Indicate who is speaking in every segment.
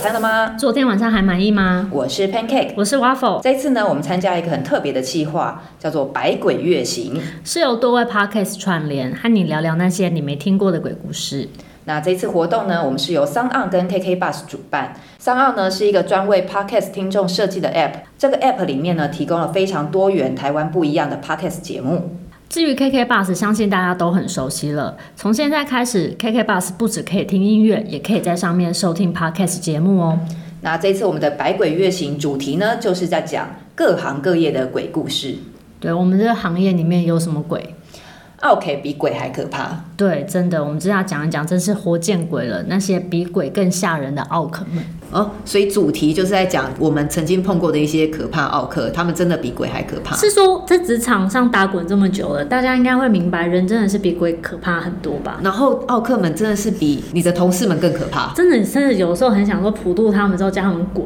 Speaker 1: 餐了吗？
Speaker 2: 昨天晚上还满意吗？
Speaker 1: 我是 Pancake。
Speaker 2: 我是 Waffle，
Speaker 1: 这一次呢，我们参加一个很特别的企划，叫做“百鬼月行
Speaker 2: 是由多位 Podcast 串联，和你聊聊那些你没听过的鬼故事。”。
Speaker 1: 那这次活动呢，我们是由商岸跟 KK Bus 主办。商岸呢是一个专为 Podcast 听众设计的 App，这个 App 里面呢提供了非常多元台湾不一样的 Podcast 节目。
Speaker 2: 至于 KK Bus，相信大家都很熟悉了。从现在开始，KK Bus 不只可以听音乐，也可以在上面收听 Podcast 节目哦。
Speaker 1: 那这次我们的“百鬼月行”主题呢，就是在讲各行各业的鬼故事。
Speaker 2: 对我们这个行业里面有什么鬼？
Speaker 1: OK，比鬼还可怕。
Speaker 2: 对，真的，我们这要讲一讲，真是活见鬼了，那些比鬼更吓人的奥克们。
Speaker 3: 哦，所以主题就是在讲我们曾经碰过的一些可怕奥克，他们真的比鬼还可怕。
Speaker 2: 是说在职场上打滚这么久了，大家应该会明白，人真的是比鬼可怕很多吧？
Speaker 3: 然后奥克们真的是比你的同事们更可怕。
Speaker 2: 真的，真的有时候很想说普渡他们之后叫他们滚。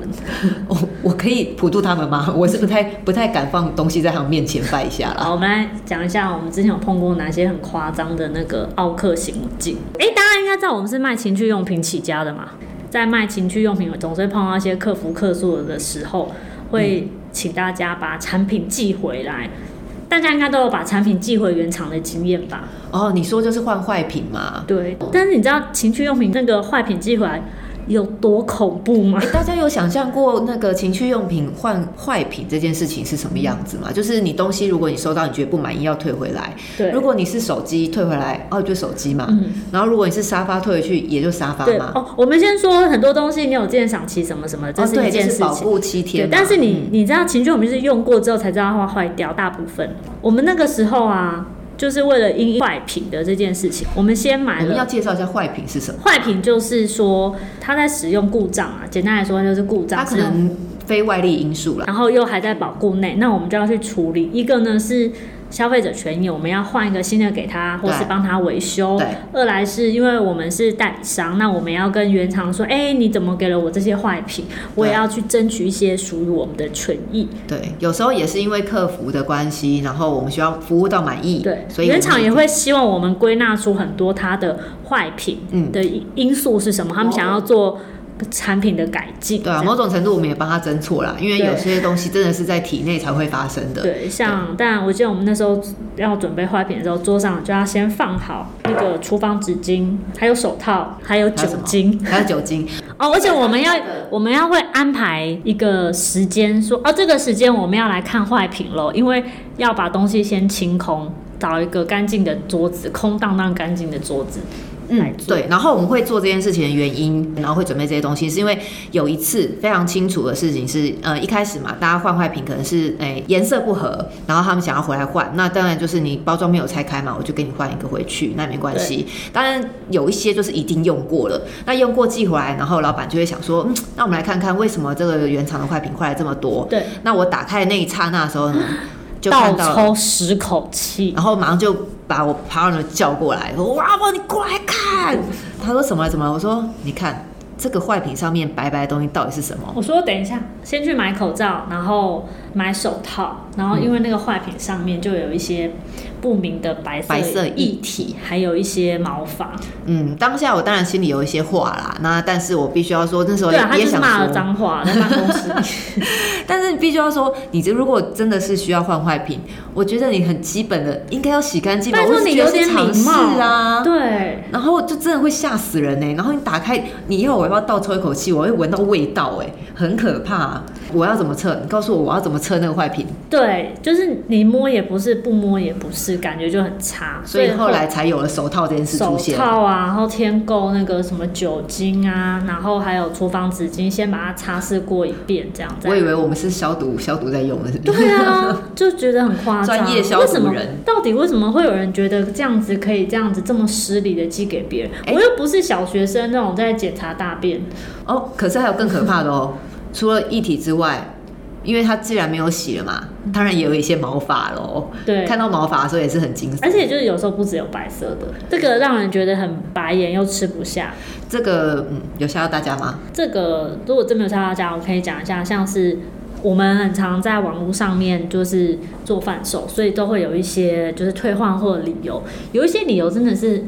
Speaker 3: 我、我可以普渡他们吗？ 我是不太不太敢放东西在他们面前拜一下啦。
Speaker 2: 好，我们来讲一下我们之前有碰过哪些很夸张的那个奥克行径。哎、大家应该知道我们是卖情趣用品起家的嘛，在卖情趣用品总是碰到一些客服客诉的时候，会请大家把产品寄回来。大家应该都有把产品寄回原厂的经验吧？
Speaker 3: 哦，你说就是换坏品嘛？
Speaker 2: 对，但是你知道情趣用品那个坏品寄回来有多恐怖吗
Speaker 3: 诶？大家有想象过那个情趣用品换坏品这件事情是什么样子吗？就是你东西，如果你收到你觉得不满意，要退回来。
Speaker 2: 嗯对，
Speaker 3: 如果你是手机退回来，哦，就手机嘛。
Speaker 2: 嗯
Speaker 3: 然后如果你是沙发退回去，也就沙发
Speaker 2: 对
Speaker 3: 嘛。
Speaker 2: 哦，我们先说很多东西，你有之前想骑什么什么，这
Speaker 3: 哦，
Speaker 2: 是一
Speaker 3: 对，就
Speaker 2: 件
Speaker 3: 是
Speaker 2: 事
Speaker 3: 保
Speaker 2: 情。
Speaker 3: 护嗯七
Speaker 2: 对，
Speaker 3: 天嘛。
Speaker 2: 但是你、你知道情趣用品是用过之后才知道它会坏掉，大部分我们那个时候啊，就是为了因应坏品的这件事情，我们先买
Speaker 3: 我们要
Speaker 2: 了。
Speaker 3: 介绍一下坏品是什么。
Speaker 2: 坏品就是说它在使用故障啊，简单来说它就是故障，
Speaker 3: 它可
Speaker 2: 是
Speaker 3: 能非外力因素啦。
Speaker 2: 然后又还在保固内，那我们就要去处理。一个呢是消费者权益，我们要换一个新的给他，或
Speaker 3: 对
Speaker 2: 是帮他维修
Speaker 3: 对。
Speaker 2: 二来是因为我们是代理商，那我们要跟原厂说，哎，你怎么给了我这些坏品？我也
Speaker 3: 对
Speaker 2: 要去争取一些属于我们的权益。
Speaker 3: 对，有时候也是因为客服的关系，然后我们需要服务到满意。
Speaker 2: 对，
Speaker 3: 所以
Speaker 2: 原厂也
Speaker 3: 我们
Speaker 2: 会希望我们归纳出很多它的坏品
Speaker 3: 嗯
Speaker 2: 的因因素是什么，他们想要做产品的改进。
Speaker 3: 对啊，
Speaker 2: 这样
Speaker 3: 某种程度我们也帮他争错啦，因为
Speaker 2: 对
Speaker 3: 有些东西真的是在体内才会发生的。
Speaker 2: 对，像但我记得我们那时候要准备坏品的时候，桌上就要先放好那个厨房纸巾，还有手套，还有
Speaker 3: 还
Speaker 2: 酒
Speaker 3: 有什么
Speaker 2: 精
Speaker 3: 还有酒精，
Speaker 2: 哦。而且我们要我们要会安排一个时间，说哦这个时间我们要来看坏品喽，因为要把东西先清空，找一个干净的桌子，空荡荡干净的桌子。来
Speaker 3: 嗯，
Speaker 2: 做
Speaker 3: 对。然后我们会做这件事情的原因，然后会准备这些东西，是因为有一次非常清楚的事情是，呃，一开始嘛，大家换坏品可能是诶颜、色不合，然后他们想要回来换，那当然就是你包装没有拆开嘛，我就给你换一个回去，那也没关系。当然有一些就是一定用过了，那用过寄回来，然后老板就会想说，嗯，那我们来看看为什么这个原厂的坏品快来这么多。
Speaker 2: 对，
Speaker 3: 那我打开的那一刹那的时候呢，就
Speaker 2: 倒
Speaker 3: 看到了
Speaker 2: 抽十口气，
Speaker 3: 然后马上就把我旁人叫过来，说：“哇，哇，你过来看。”他说：“什么了？怎么了？”我说：“你看这个坏品上面白白的东西到底是什么
Speaker 2: 我说等一下，先去买口罩，然后买手套，然后因为那个坏品上面就有一些不明的白？”色
Speaker 3: 白色
Speaker 2: 液
Speaker 3: 液体。
Speaker 2: 还有一些毛发。
Speaker 3: 嗯，当下我当然心里有一些话啦，那但是我必须要说，那时候
Speaker 2: 对啊，他
Speaker 3: 也
Speaker 2: 就是
Speaker 3: 想
Speaker 2: 骂了
Speaker 3: 说，
Speaker 2: 脏话在办公 室里。
Speaker 3: 但是必须要说，你这如果真的是需要换坏品，我觉得你很基本的应该要洗干净吧，
Speaker 2: 拜托
Speaker 3: 我是
Speaker 2: 你
Speaker 3: 觉得
Speaker 2: 有点
Speaker 3: 是
Speaker 2: 礼
Speaker 3: 尝试
Speaker 2: 貌
Speaker 3: 啊。
Speaker 2: 对，
Speaker 3: 然后就真的会吓死人呢、欸然后你打开，你要我要不要倒抽一口气？我会闻到味道哎、很可怕、我要怎么测？你告诉我我要怎么测那个坏品？
Speaker 2: 对，就是你摸也不是，不摸也不是，感觉就很差。
Speaker 3: 所以后来才有了手套这件事
Speaker 2: 手
Speaker 3: 出现。
Speaker 2: 套啊，然后添购那个什么酒精啊，然后还有厨房纸巾，先把它擦拭过一遍，这样再
Speaker 3: 我以为我们是消毒消毒在用的，
Speaker 2: 对啊，就觉得很夸张。
Speaker 3: 专业消毒
Speaker 2: 为什么
Speaker 3: 人
Speaker 2: 到底为什么会有人觉得这样子可以这样子这么失礼的寄给别人？
Speaker 3: 哎
Speaker 2: 我又不是小学生那种在检查大便。
Speaker 3: 哦，可是还有更可怕的哦，除了液体之外，因为它既然没有洗了嘛，当然也有一些毛发喽。
Speaker 2: 对
Speaker 3: 看到毛发的时候也是很惊
Speaker 2: 而
Speaker 3: 悚。
Speaker 2: 且就是有时候不只有白色的，这个让人觉得很白眼又吃不下。
Speaker 3: 这个嗯，有吓到大家吗？
Speaker 2: 这个如果真没有教大家，我可以讲一下，像是我们很常在网络上面就是做贩售，所以都会有一些就是退换货的理由，有一些理由真的是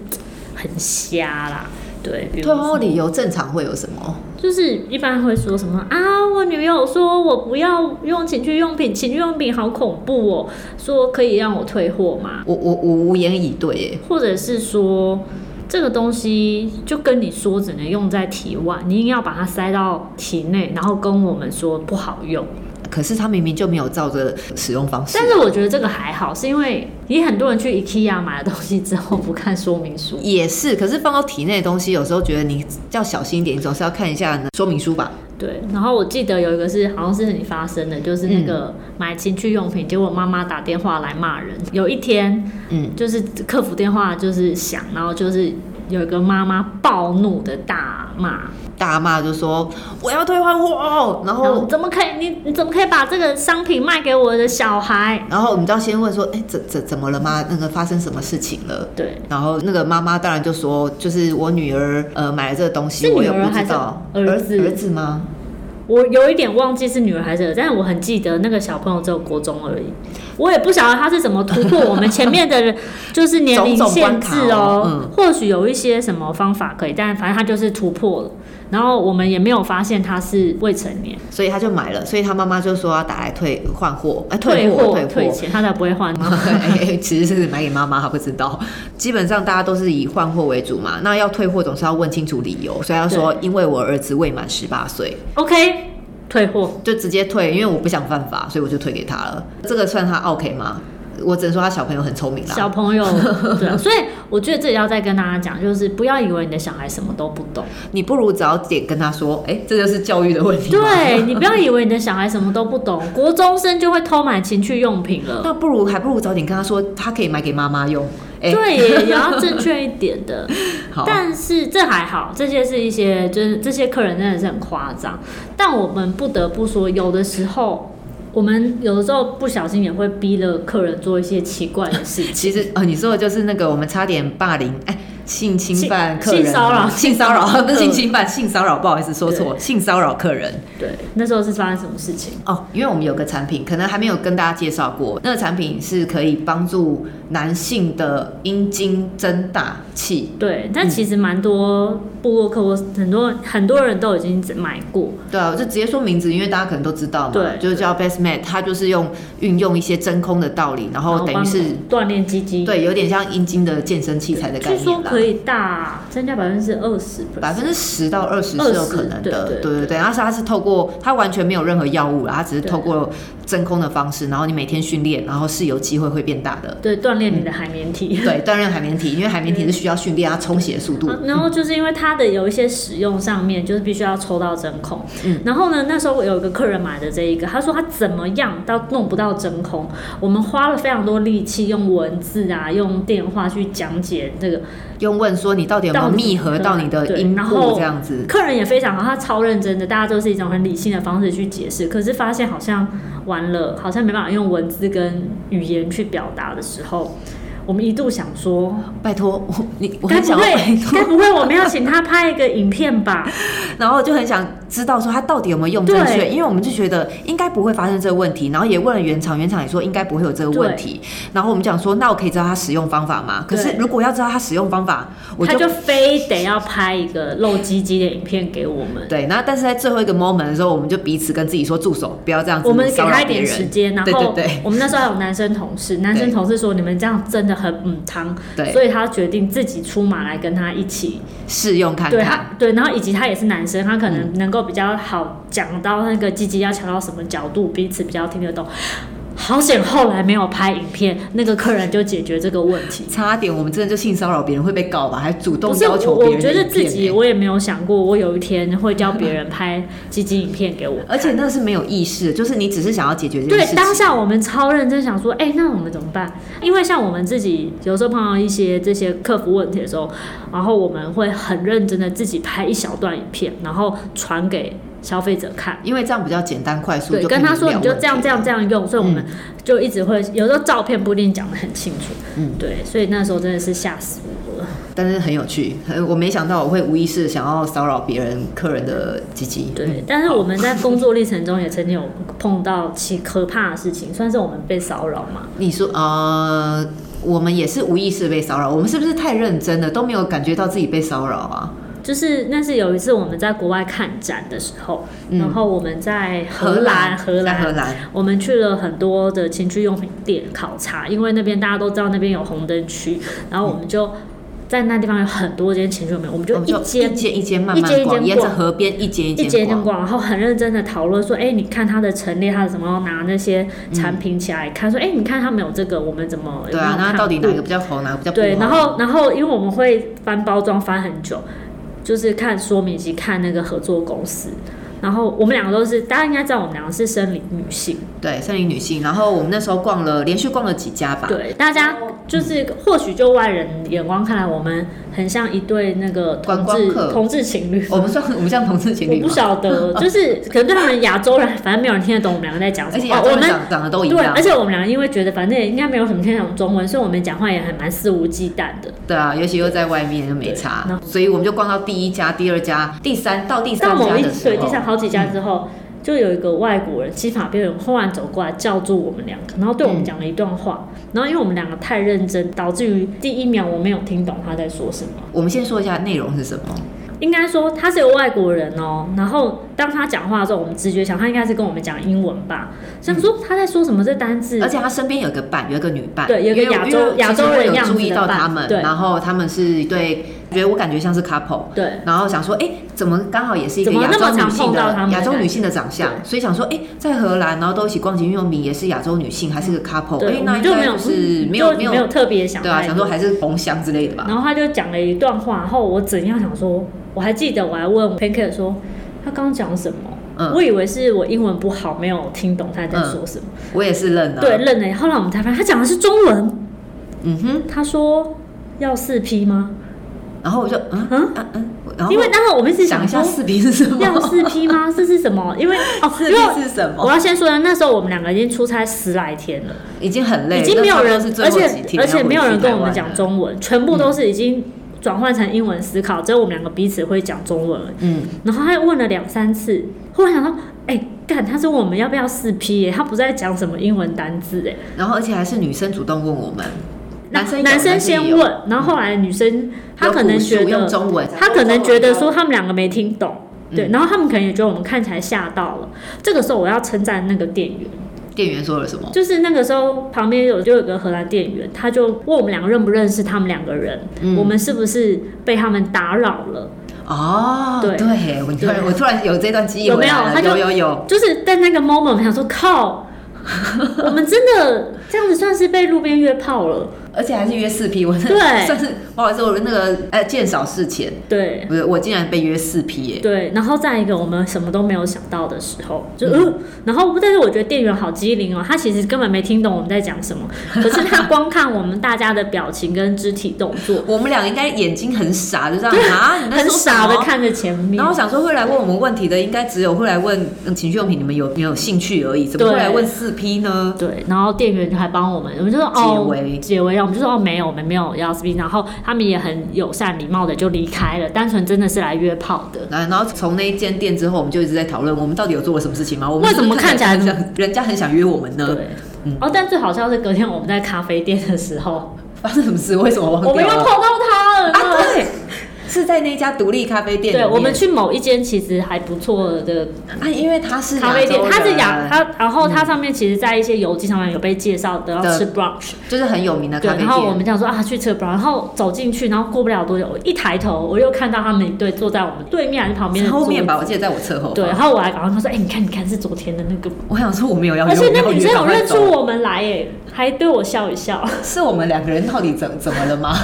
Speaker 2: 很瞎啦。对，比如
Speaker 3: 退换
Speaker 2: 说
Speaker 3: 货理由正常会有什么？
Speaker 2: 就是一般会说什么啊，我女友说我不要用情趣用品，情趣用品好恐怖哦，说可以让我退货吗？
Speaker 3: 我我我无言以对耶。
Speaker 2: 或者是说这个东西就跟你说只能用在体外，你硬要把它塞到体内，然后跟我们说不好用。
Speaker 3: 可是他明明就没有照着使用方式
Speaker 2: 但，是我觉得这个还好，是因为也很多人去 IKEA 买了东西之后不看说明书。
Speaker 3: 也是。可是放到体内的东西，有时候觉得你要小心一点，你总是要看一下说明书吧。
Speaker 2: 对，然后我记得有一个是好像是你发生的，就是那个买情趣用品，结果妈妈打电话来骂人。有一天，
Speaker 3: 嗯，
Speaker 2: 就是客服电话就是响，然后就是有一个妈妈暴怒的大骂，
Speaker 3: 大骂就说我要退换货，然
Speaker 2: 然后
Speaker 3: 后
Speaker 2: 怎么可以你你怎么可以把这个商品卖给我的小孩？
Speaker 3: 然后我们就要先问说，哎、怎怎怎么了吗？那个发生什么事情了？
Speaker 2: 对，
Speaker 3: 然后那个妈妈当然就说，就是我女儿呃买了这个东西，
Speaker 2: 是
Speaker 3: 我
Speaker 2: 女
Speaker 3: 也
Speaker 2: 儿
Speaker 3: 不
Speaker 2: 还
Speaker 3: 知
Speaker 2: 是
Speaker 3: 道
Speaker 2: 儿子
Speaker 3: 儿子吗？
Speaker 2: 我有一点忘记是女儿还是儿子，但是我很记得那个小朋友只有国中而已，我也不晓得他是怎么突破我们前面的人就是年龄
Speaker 3: 种种
Speaker 2: 限
Speaker 3: 关
Speaker 2: 制
Speaker 3: 卡 哦嗯
Speaker 2: 或许有一些什么方法可以，但反正他就是突破了，然后我们也没有发现他是未成年，
Speaker 3: 所以他就买了，所以他妈妈就说要打来退换货，哎、
Speaker 2: 退
Speaker 3: 货
Speaker 2: 货
Speaker 3: 退
Speaker 2: 退
Speaker 3: 货。
Speaker 2: 钱他才不会 换。
Speaker 3: 哎其实是买给妈妈，她不知道。基本上大家都是以换货为主嘛，那要退货总是要问清楚理由，所以他说因为我儿子未满十八岁，
Speaker 2: OK，退货。
Speaker 3: 就直接退，因为我不想犯法，所以我就退给他了。这个算他 OK 吗？我只能说他小朋友很聪明啦。
Speaker 2: 小朋 友，对啊，所以我觉得这里要再跟大家讲，就是不要以为你的小孩什么都不 懂，
Speaker 3: 你不如早点跟他说，哎、这就是教育的问题。，
Speaker 2: 对你不要以为你的小孩什么都不懂， 国中生就会偷买情趣用品了。
Speaker 3: 那不如还不如早点跟他说，他可以买给妈妈用。哎、
Speaker 2: 对，也也要正确一点的。
Speaker 3: 好，
Speaker 2: 但是这还好，这些是一些就是这些客人真的是很夸张。但我们不得不说，有的时候我们有的时候不小心也会逼了客人做一些奇怪的事情。
Speaker 3: 其实呃，你说的就是那个我们差点霸凌，哎、性侵犯客
Speaker 2: 性
Speaker 3: 人
Speaker 2: 性骚 扰
Speaker 3: 性骚 扰不是
Speaker 2: 对
Speaker 3: 性侵犯，性骚扰，不好意思说错，性骚扰客人。
Speaker 2: 对，那时候是发生什么事情？
Speaker 3: 哦，因为我们有个产品，可能还没有跟大家介绍过，那个产品是可以帮助男性的阴茎增大器。
Speaker 2: 对，但其实蛮多部落客或很多很多人都已经买过，
Speaker 3: 对啊，我就直接说名字，因为大家可能都知道嘛，
Speaker 2: 对
Speaker 3: 就是叫 Best Mate，它就是用运用一些真空的道理，然
Speaker 2: 然
Speaker 3: 后
Speaker 2: 后
Speaker 3: 等于是
Speaker 2: 帮锻炼鸡鸡，，
Speaker 3: 对，有点像阴茎的健身器材的概
Speaker 2: 据
Speaker 3: 念啦。
Speaker 2: 说可以大增加百分之二十，
Speaker 3: 百分之十到二十是有可能的，
Speaker 2: 20对
Speaker 3: 对
Speaker 2: 对
Speaker 3: 对对。而且它是透过它完全没有任何药物啦，它只是
Speaker 2: 对
Speaker 3: 透过真空的方式，然后你每天训练，然后是有机会会变大
Speaker 2: 。
Speaker 3: 的
Speaker 2: 对锻炼你的海绵体。
Speaker 3: 对，锻炼海绵体，因为海绵体是需要训练它充血速度
Speaker 2: 啊。然后就是因为它的有一些使用上面，就是必须要抽到真空。
Speaker 3: 嗯
Speaker 2: 然后呢，那时候我有一个客人买的这一个，他说他怎么样到弄不到真空，我们花了非常多力气，用文字啊，用电话去讲解这个。
Speaker 3: 用问说你到底有没有
Speaker 2: 到底
Speaker 3: 密合到你的
Speaker 2: 对
Speaker 3: 阴
Speaker 2: 然后
Speaker 3: 部这样子？
Speaker 2: 客人也非常好，他超认真的，大家都是一种很理性的方式去解释。可是发现好像完了，好像没办法用文字跟语言去表达的时候，我们一度想说，
Speaker 3: 拜托，我你我
Speaker 2: 该
Speaker 3: 很
Speaker 2: 不
Speaker 3: 想要拜
Speaker 2: 会该
Speaker 3: 托，
Speaker 2: 不会我们要请他拍一个影片吧？
Speaker 3: 然后就很想知道说它到底有没有用正确，
Speaker 2: 对
Speaker 3: 因为我们就觉得应该不会发生这个问题，然后也问了原厂，原厂也说应该不会有这个问题，然后我们讲说那我可以知道它使用方法吗？可是
Speaker 2: 对
Speaker 3: 如果要知道它使用方法， 我
Speaker 2: 他
Speaker 3: 就
Speaker 2: 就非得要拍一个露鸡鸡的影片给我 们，
Speaker 3: 对，那但是在最后一个 moment 的时候，我们就彼此跟自己说住手，不要这样子
Speaker 2: 我们给
Speaker 3: 骚扰
Speaker 2: 他一
Speaker 3: 别
Speaker 2: 点
Speaker 3: 人
Speaker 2: 时间，然
Speaker 3: 对对
Speaker 2: 后
Speaker 3: 对
Speaker 2: 我们那时候还有男生同事，男生同事说你们这样真的很嗯汤，
Speaker 3: 对
Speaker 2: 所以他决定自己出马来跟他一起，
Speaker 3: 试用看
Speaker 2: 对
Speaker 3: 看。
Speaker 2: 他对，然后以及他也是男生，他可能
Speaker 3: 嗯
Speaker 2: 能够比较好讲到那个鸡鸡要调到什么角度，彼此比较听得懂。好险，后来没有拍影片，那个客人就解决这个问题。
Speaker 3: 差点，我们真的就性骚扰别人会被告吧？还主动
Speaker 2: 不是
Speaker 3: 要求
Speaker 2: 我，
Speaker 3: 别
Speaker 2: 我
Speaker 3: 人
Speaker 2: 觉
Speaker 3: 的
Speaker 2: 得
Speaker 3: 影
Speaker 2: 自
Speaker 3: 片
Speaker 2: 己
Speaker 3: 欸
Speaker 2: 我也没有想过，我有一天会叫别人拍鸡鸡影片给我。
Speaker 3: 而且那是 没有意识的，就是你只是想要解决这件
Speaker 2: 对，
Speaker 3: 事
Speaker 2: 当
Speaker 3: 情。
Speaker 2: 下我们超认真想说，哎、那我们怎么办？因为像我们自己有时候碰到一些这些客服问题的时候，然后我们会很认真的自己拍一小段影片，然后传给消费者看。
Speaker 3: 因为这样比较简单快速，
Speaker 2: 对，
Speaker 3: 就
Speaker 2: 跟他
Speaker 3: 可以
Speaker 2: 说
Speaker 3: 聊嗯
Speaker 2: 你就
Speaker 3: 问
Speaker 2: 这样
Speaker 3: 题
Speaker 2: 这样这样用，所以我们就一直会有时候照片不一定讲得很清楚，
Speaker 3: 嗯
Speaker 2: 对，所以那时候真的是吓死我了。
Speaker 3: 但是很有趣，很我没想到我会无意识地想要骚扰别人客人的鸡鸡。
Speaker 2: 对，但是我们在工作历程中也曾经有碰到其可怕的事情，算是我们被骚扰嘛。
Speaker 3: 你说呃，我们也是无意识地被骚扰，我们是不是太认真了，都没有感觉到自己被骚扰啊？
Speaker 2: 就是那是有一次我们在国外看展的时候，
Speaker 3: 嗯
Speaker 2: 然后我们在
Speaker 3: 荷
Speaker 2: 荷兰，荷
Speaker 3: 在
Speaker 2: 兰
Speaker 3: 荷兰，
Speaker 2: 我们去了很多的情趣用品店考察，因为那边大家都知道那边有红灯区，然后我们就在那地方有很多间情趣用品，我们
Speaker 3: 嗯我
Speaker 2: 就
Speaker 3: 们
Speaker 2: 一
Speaker 3: 就
Speaker 2: 间
Speaker 3: 一间一间慢
Speaker 2: 一间
Speaker 3: 慢
Speaker 2: 一
Speaker 3: 逛，
Speaker 2: 间
Speaker 3: 沿着
Speaker 2: 逛
Speaker 3: 河边一间一
Speaker 2: 一间一
Speaker 3: 间
Speaker 2: 间
Speaker 3: 逛。
Speaker 2: 逛，然后很认真的讨论说，哎、你看它的陈列，它的什么，然后拿那些产品起来看，说，哎、你看他们有这个，我们怎么有
Speaker 3: 对
Speaker 2: 没有
Speaker 3: 啊，那
Speaker 2: 看
Speaker 3: 到底哪
Speaker 2: 过
Speaker 3: 个比较红，哪个比较不
Speaker 2: 对，
Speaker 3: 红？
Speaker 2: 然后然后因为我们会翻包装翻很久，就是看说明及看那个合作公司。然后我们两个都是，大家应该知道我们两个是生理女性，
Speaker 3: 对，森林女性。然后我们那时候逛了，连续逛了几家吧。
Speaker 2: 对，大家就是或许就外人眼光看来，我们很像一对那个
Speaker 3: 观
Speaker 2: 同
Speaker 3: 光
Speaker 2: 志
Speaker 3: 客
Speaker 2: 同志情侣。
Speaker 3: 我们算我们像同志情
Speaker 2: 我
Speaker 3: 侣
Speaker 2: 不
Speaker 3: 吗？
Speaker 2: 晓得，就是可能对他们亚洲人，反正没有人听得懂我们两个在讲什
Speaker 3: 而且
Speaker 2: 么。
Speaker 3: 亚
Speaker 2: 哦
Speaker 3: 洲
Speaker 2: 我
Speaker 3: 人
Speaker 2: 们
Speaker 3: 长长得都一
Speaker 2: 对，
Speaker 3: 样
Speaker 2: 而。且我们两个因为觉得反正也应该没有什么听得懂中文，所以我们讲话也还蛮肆无忌惮的。
Speaker 3: 对啊，尤其又在外面就没
Speaker 2: 对
Speaker 3: 差
Speaker 2: 然，
Speaker 3: 所以我们就逛到第一家、第二家、第三到第
Speaker 2: 到
Speaker 3: 三
Speaker 2: 某
Speaker 3: 家
Speaker 2: 一
Speaker 3: 的时
Speaker 2: 对
Speaker 3: 候嗯
Speaker 2: 地，上好几家之后，就有一个外国人，金发边人忽然走过来叫住我们两个，然后对
Speaker 3: 嗯
Speaker 2: 我们讲了一段话，然后因为我们两个太认真，导致于第一秒我没有听懂他在说什么。
Speaker 3: 我们先说一下内容是什么。
Speaker 2: 应该说他是一个外国人哦，然后当他讲话的时候，我们直觉想他应该是跟我们讲英文吧，想说他在说什么这单字
Speaker 3: 嗯而，且他身边有个伴，有一个女伴，
Speaker 2: 对有一个
Speaker 3: 因为我
Speaker 2: 亚洲
Speaker 3: 因为
Speaker 2: 亚洲
Speaker 3: 其
Speaker 2: 人
Speaker 3: 实我有
Speaker 2: 样子的
Speaker 3: 注意到
Speaker 2: 伴
Speaker 3: 他们，
Speaker 2: 对
Speaker 3: 然后他们是一对，觉得我感觉像是 couple。
Speaker 2: 对，
Speaker 3: 然后想说，哎，怎么刚好也是一个
Speaker 2: 怎么
Speaker 3: 亚
Speaker 2: 那么
Speaker 3: 洲女
Speaker 2: 常
Speaker 3: 性
Speaker 2: 碰到
Speaker 3: 的
Speaker 2: 他们的
Speaker 3: 亚洲
Speaker 2: 感觉
Speaker 3: 女性的长相，所以想说，哎，在荷兰，然后都一起逛情趣用品，也是亚洲女性，还是个 couple，
Speaker 2: 对，
Speaker 3: 哎
Speaker 2: 我，
Speaker 3: 那应
Speaker 2: 们就没
Speaker 3: 该
Speaker 2: 有嗯
Speaker 3: 是没有没
Speaker 2: 就没
Speaker 3: 有
Speaker 2: 有特别想
Speaker 3: 对啊，
Speaker 2: 太
Speaker 3: 想
Speaker 2: 多嗯
Speaker 3: 说还是红香之类的吧。
Speaker 2: 然后他就讲了一段话，然后我怎样想说，我还记得我还问 Pancake 说他刚刚讲什么。
Speaker 3: 嗯
Speaker 2: 我以为是我英文不好，没有听懂他在说什么，
Speaker 3: 我也是愣了。
Speaker 2: 对，，愣了。后来我们才发现他讲的是中文。
Speaker 3: 嗯哼，
Speaker 2: 他说要四 P 吗？
Speaker 3: 然后我就嗯
Speaker 2: 嗯
Speaker 3: 嗯嗯，我然后
Speaker 2: 因为当时我们是
Speaker 3: 想一下
Speaker 2: 说
Speaker 3: 四 P 是什么？
Speaker 2: 要四 P 吗？这是什么？因为哦，
Speaker 3: 四
Speaker 2: 因为
Speaker 3: P 是什
Speaker 2: 我
Speaker 3: 么？
Speaker 2: 要先说，那时候我们两个已经出差十来天了，
Speaker 3: 已经很累，
Speaker 2: 已经没有人
Speaker 3: 那差不，多
Speaker 2: 而
Speaker 3: 是最后几
Speaker 2: 且
Speaker 3: 天
Speaker 2: 而且没有人跟我们
Speaker 3: 要
Speaker 2: 讲
Speaker 3: 回去台湾了。
Speaker 2: 中文，全部都是已经转换成英文思考，只有我们两个彼此会讲中文而已。
Speaker 3: 嗯，
Speaker 2: 然后他又问了两三次，忽然想到，哎、干，他说我们要不要四 P 耶？他不是在讲什么英文单字哎，
Speaker 3: 然后而且还是女生主动问我们，
Speaker 2: 那
Speaker 3: 男生有
Speaker 2: 男生
Speaker 3: 也
Speaker 2: 先
Speaker 3: 有嗯
Speaker 2: 问，然后后来女生她
Speaker 3: 有
Speaker 2: 可能
Speaker 3: 补
Speaker 2: 觉
Speaker 3: 足用
Speaker 2: 得，
Speaker 3: 中文，
Speaker 2: 她可能觉得说他们两个没听懂，对，
Speaker 3: 嗯
Speaker 2: 然后他们可能也觉得我们看起来吓到了。这个时候我要称赞那个店员，
Speaker 3: 店员说了什么？
Speaker 2: 就是那个时候旁边有就有个荷兰店员，他就问我们两个认不认识他们两个人，
Speaker 3: 嗯
Speaker 2: 我们是不是被他们打扰了？
Speaker 3: 哦，
Speaker 2: 对
Speaker 3: 对，我突然
Speaker 2: 对
Speaker 3: 我突然有这段记忆
Speaker 2: 有
Speaker 3: 回
Speaker 2: 没有
Speaker 3: 来了，
Speaker 2: 他
Speaker 3: 有
Speaker 2: 就
Speaker 3: 有有，
Speaker 2: 就是在那个 moment，我想说靠，我们真的这样子算是被路边约炮了。
Speaker 3: 而且还是约四 P，我
Speaker 2: 对
Speaker 3: 算是不好意思，我那个呃见少事前，
Speaker 2: 对
Speaker 3: 不是我竟然被约四 P 耶，
Speaker 2: 对，然后再一个我们什么都没有想到的时候，就嗯、呃然后但是我觉得店员好机灵哦，他其实根本没听懂我们在讲什么， 可是他光看我们大家的表情跟肢体动 作，
Speaker 3: 我们俩应该眼睛很傻，就这样啊，你在
Speaker 2: 很
Speaker 3: 说什
Speaker 2: 傻
Speaker 3: 么
Speaker 2: 的看着前面
Speaker 3: 然。后想说会来问我们问题的，应该只有会来问嗯情趣用品你们有没有兴趣而已，怎么会
Speaker 2: 对
Speaker 3: 来问四 P 呢？
Speaker 2: 对，然后店员还帮我们，我们就说
Speaker 3: 嗯解
Speaker 2: 哦，
Speaker 3: 围
Speaker 2: 解围，我们就说哦没有，我们没有要 spin，然后他们也很友善礼貌的就离开了，单纯真的是来约炮的。
Speaker 3: 然后，然后从那一间店之后，我们就一直在讨论，我们到底有做了什么事情吗？我们
Speaker 2: 为什么
Speaker 3: 是不是很
Speaker 2: 看起来
Speaker 3: 想人家很想约我们呢？
Speaker 2: 对，
Speaker 3: 嗯
Speaker 2: 哦，但最好笑的是隔天我们在咖啡店的时候，
Speaker 3: 发生什么事？为什么忘
Speaker 2: 我们
Speaker 3: 掉
Speaker 2: 又碰
Speaker 3: 了？
Speaker 2: 到他了。
Speaker 3: 哦啊，对，是在那家独立咖啡店里
Speaker 2: 对，
Speaker 3: 面。
Speaker 2: 我们去某一间其实还不错的
Speaker 3: 啊，因为他是
Speaker 2: 咖啡店，
Speaker 3: 亚洲
Speaker 2: 它是
Speaker 3: 人嗯
Speaker 2: 亚，它然后它上面其实，在一些游记上面有被介绍的要吃 brunch，
Speaker 3: 就是很有名的
Speaker 2: 对
Speaker 3: 咖，啡
Speaker 2: 然后我
Speaker 3: 店。
Speaker 2: 们这样说啊去吃 brunch，然后走进去，然后过不了多久，我一抬头我又看到他们一对坐在我们对面还是旁边的
Speaker 3: 后面
Speaker 2: 桌
Speaker 3: 吧，我记得在我侧后。
Speaker 2: 子，对，然，后我还赶快说，哎、你看你看是昨天的那个，
Speaker 3: 我想说我没哦有要约，
Speaker 2: 而且那
Speaker 3: 我没
Speaker 2: 女
Speaker 3: 有
Speaker 2: 生
Speaker 3: 约
Speaker 2: 有认出，
Speaker 3: 赶快
Speaker 2: 我们来，哎，还对我笑 一笑，
Speaker 3: 走是我们两个人到底怎怎么了吗？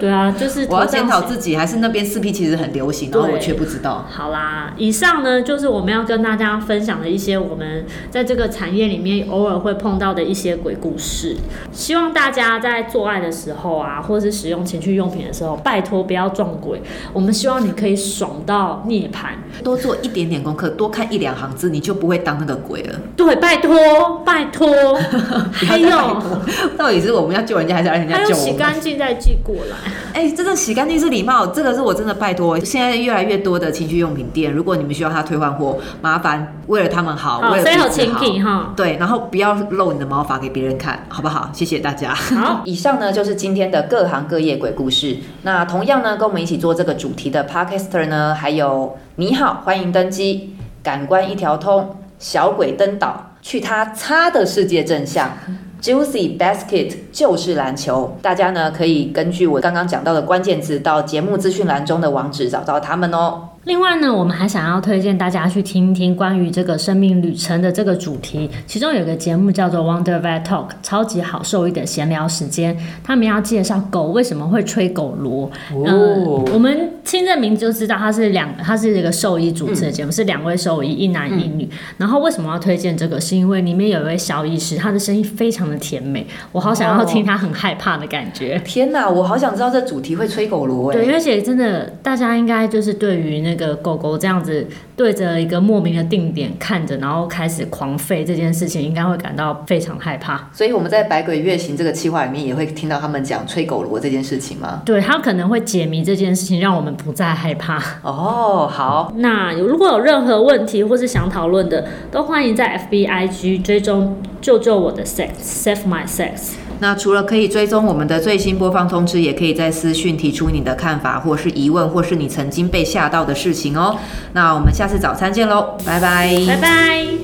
Speaker 2: 对啊，就是
Speaker 3: 我要
Speaker 2: 头上
Speaker 3: 检讨
Speaker 2: 是
Speaker 3: 自己，还是那边四 P 其实很流行，然后我
Speaker 2: 对
Speaker 3: 却不知道。
Speaker 2: 好啦，以上呢就是我们要跟大家分享的一些我们在这个产业里面偶尔会碰到的一些鬼故事。希望大家在做爱的时候啊，或是使用情趣用品的时候，拜托不要撞鬼。我们希望你可以爽到涅槃，
Speaker 3: 多做一点点功课，多看一两行字，你就不会当那个鬼了。
Speaker 2: 对，拜托，拜托，
Speaker 3: 不
Speaker 2: 还
Speaker 3: 要再拜
Speaker 2: 有
Speaker 3: 托， 到底是我们要救人家，还是让人
Speaker 2: 还
Speaker 3: 家
Speaker 2: 有
Speaker 3: 救我
Speaker 2: 洗
Speaker 3: 们？
Speaker 2: 干净再寄过来。
Speaker 3: 哎、真的洗干净是礼貌，这个是我真的拜托。现在越来越多的情趣用品店，如果你们需要它退换货，麻烦为了他们好，
Speaker 2: 好，
Speaker 3: 为了
Speaker 2: 所以有
Speaker 3: 自己
Speaker 2: 情品哈。
Speaker 3: 对，然后不要露你的毛发给别人看，好不好？谢谢大家。
Speaker 2: 好，
Speaker 1: 以上呢就是今天的各行各业鬼故事。那同样呢，跟我们一起做这个主题的 Podcaster 呢，还有你好，欢迎登机，感官一条通，小鬼登岛，去他擦的世界正向。Juicy Basket 就是篮球，大家呢可以根据我刚刚讲到的关键字，到节目资讯栏中的网址找到他们哦。
Speaker 2: 另外呢，我们还想要推荐大家去听一听关于这个生命旅程的这个主题，其中有个节目叫做 Wonder Vet Talk，超级好受益的闲聊时间。他们要介绍狗为什么会吹狗螺。嗯，我们听这名字就知道它是两，它是一个兽医主持的节目，是两位兽医，一男一女。然后为什么要推荐这个？是因为里面有一位小医师，他的声音非常的甜美，我好想要听他很害怕的感觉。
Speaker 1: 天哪，我好想知道这主题会吹狗螺哎、
Speaker 2: 对，而且真的，大家应该就是对于那个狗狗这样子对着一个莫名的定点看着，然后开始狂吠这件事情，应该会感到非常害怕。
Speaker 1: 所以我们在《百鬼月行》这个企划里面也会听到他们讲吹狗螺这件事情吗？
Speaker 2: 对，它可能会解谜这件事情，让我们不再害怕。
Speaker 1: 哦，好，
Speaker 2: 那有如果有任何问题或是想讨论的，都欢迎在 FBIG 追踪救救我的 sex save my sex。
Speaker 3: 那除了可以追踪我们的最新播放通知，也可以在私讯提出你的看法，或是疑问，或是你曾经被吓到的事情哦。那我们下次早餐见喽，拜拜，
Speaker 2: 拜拜。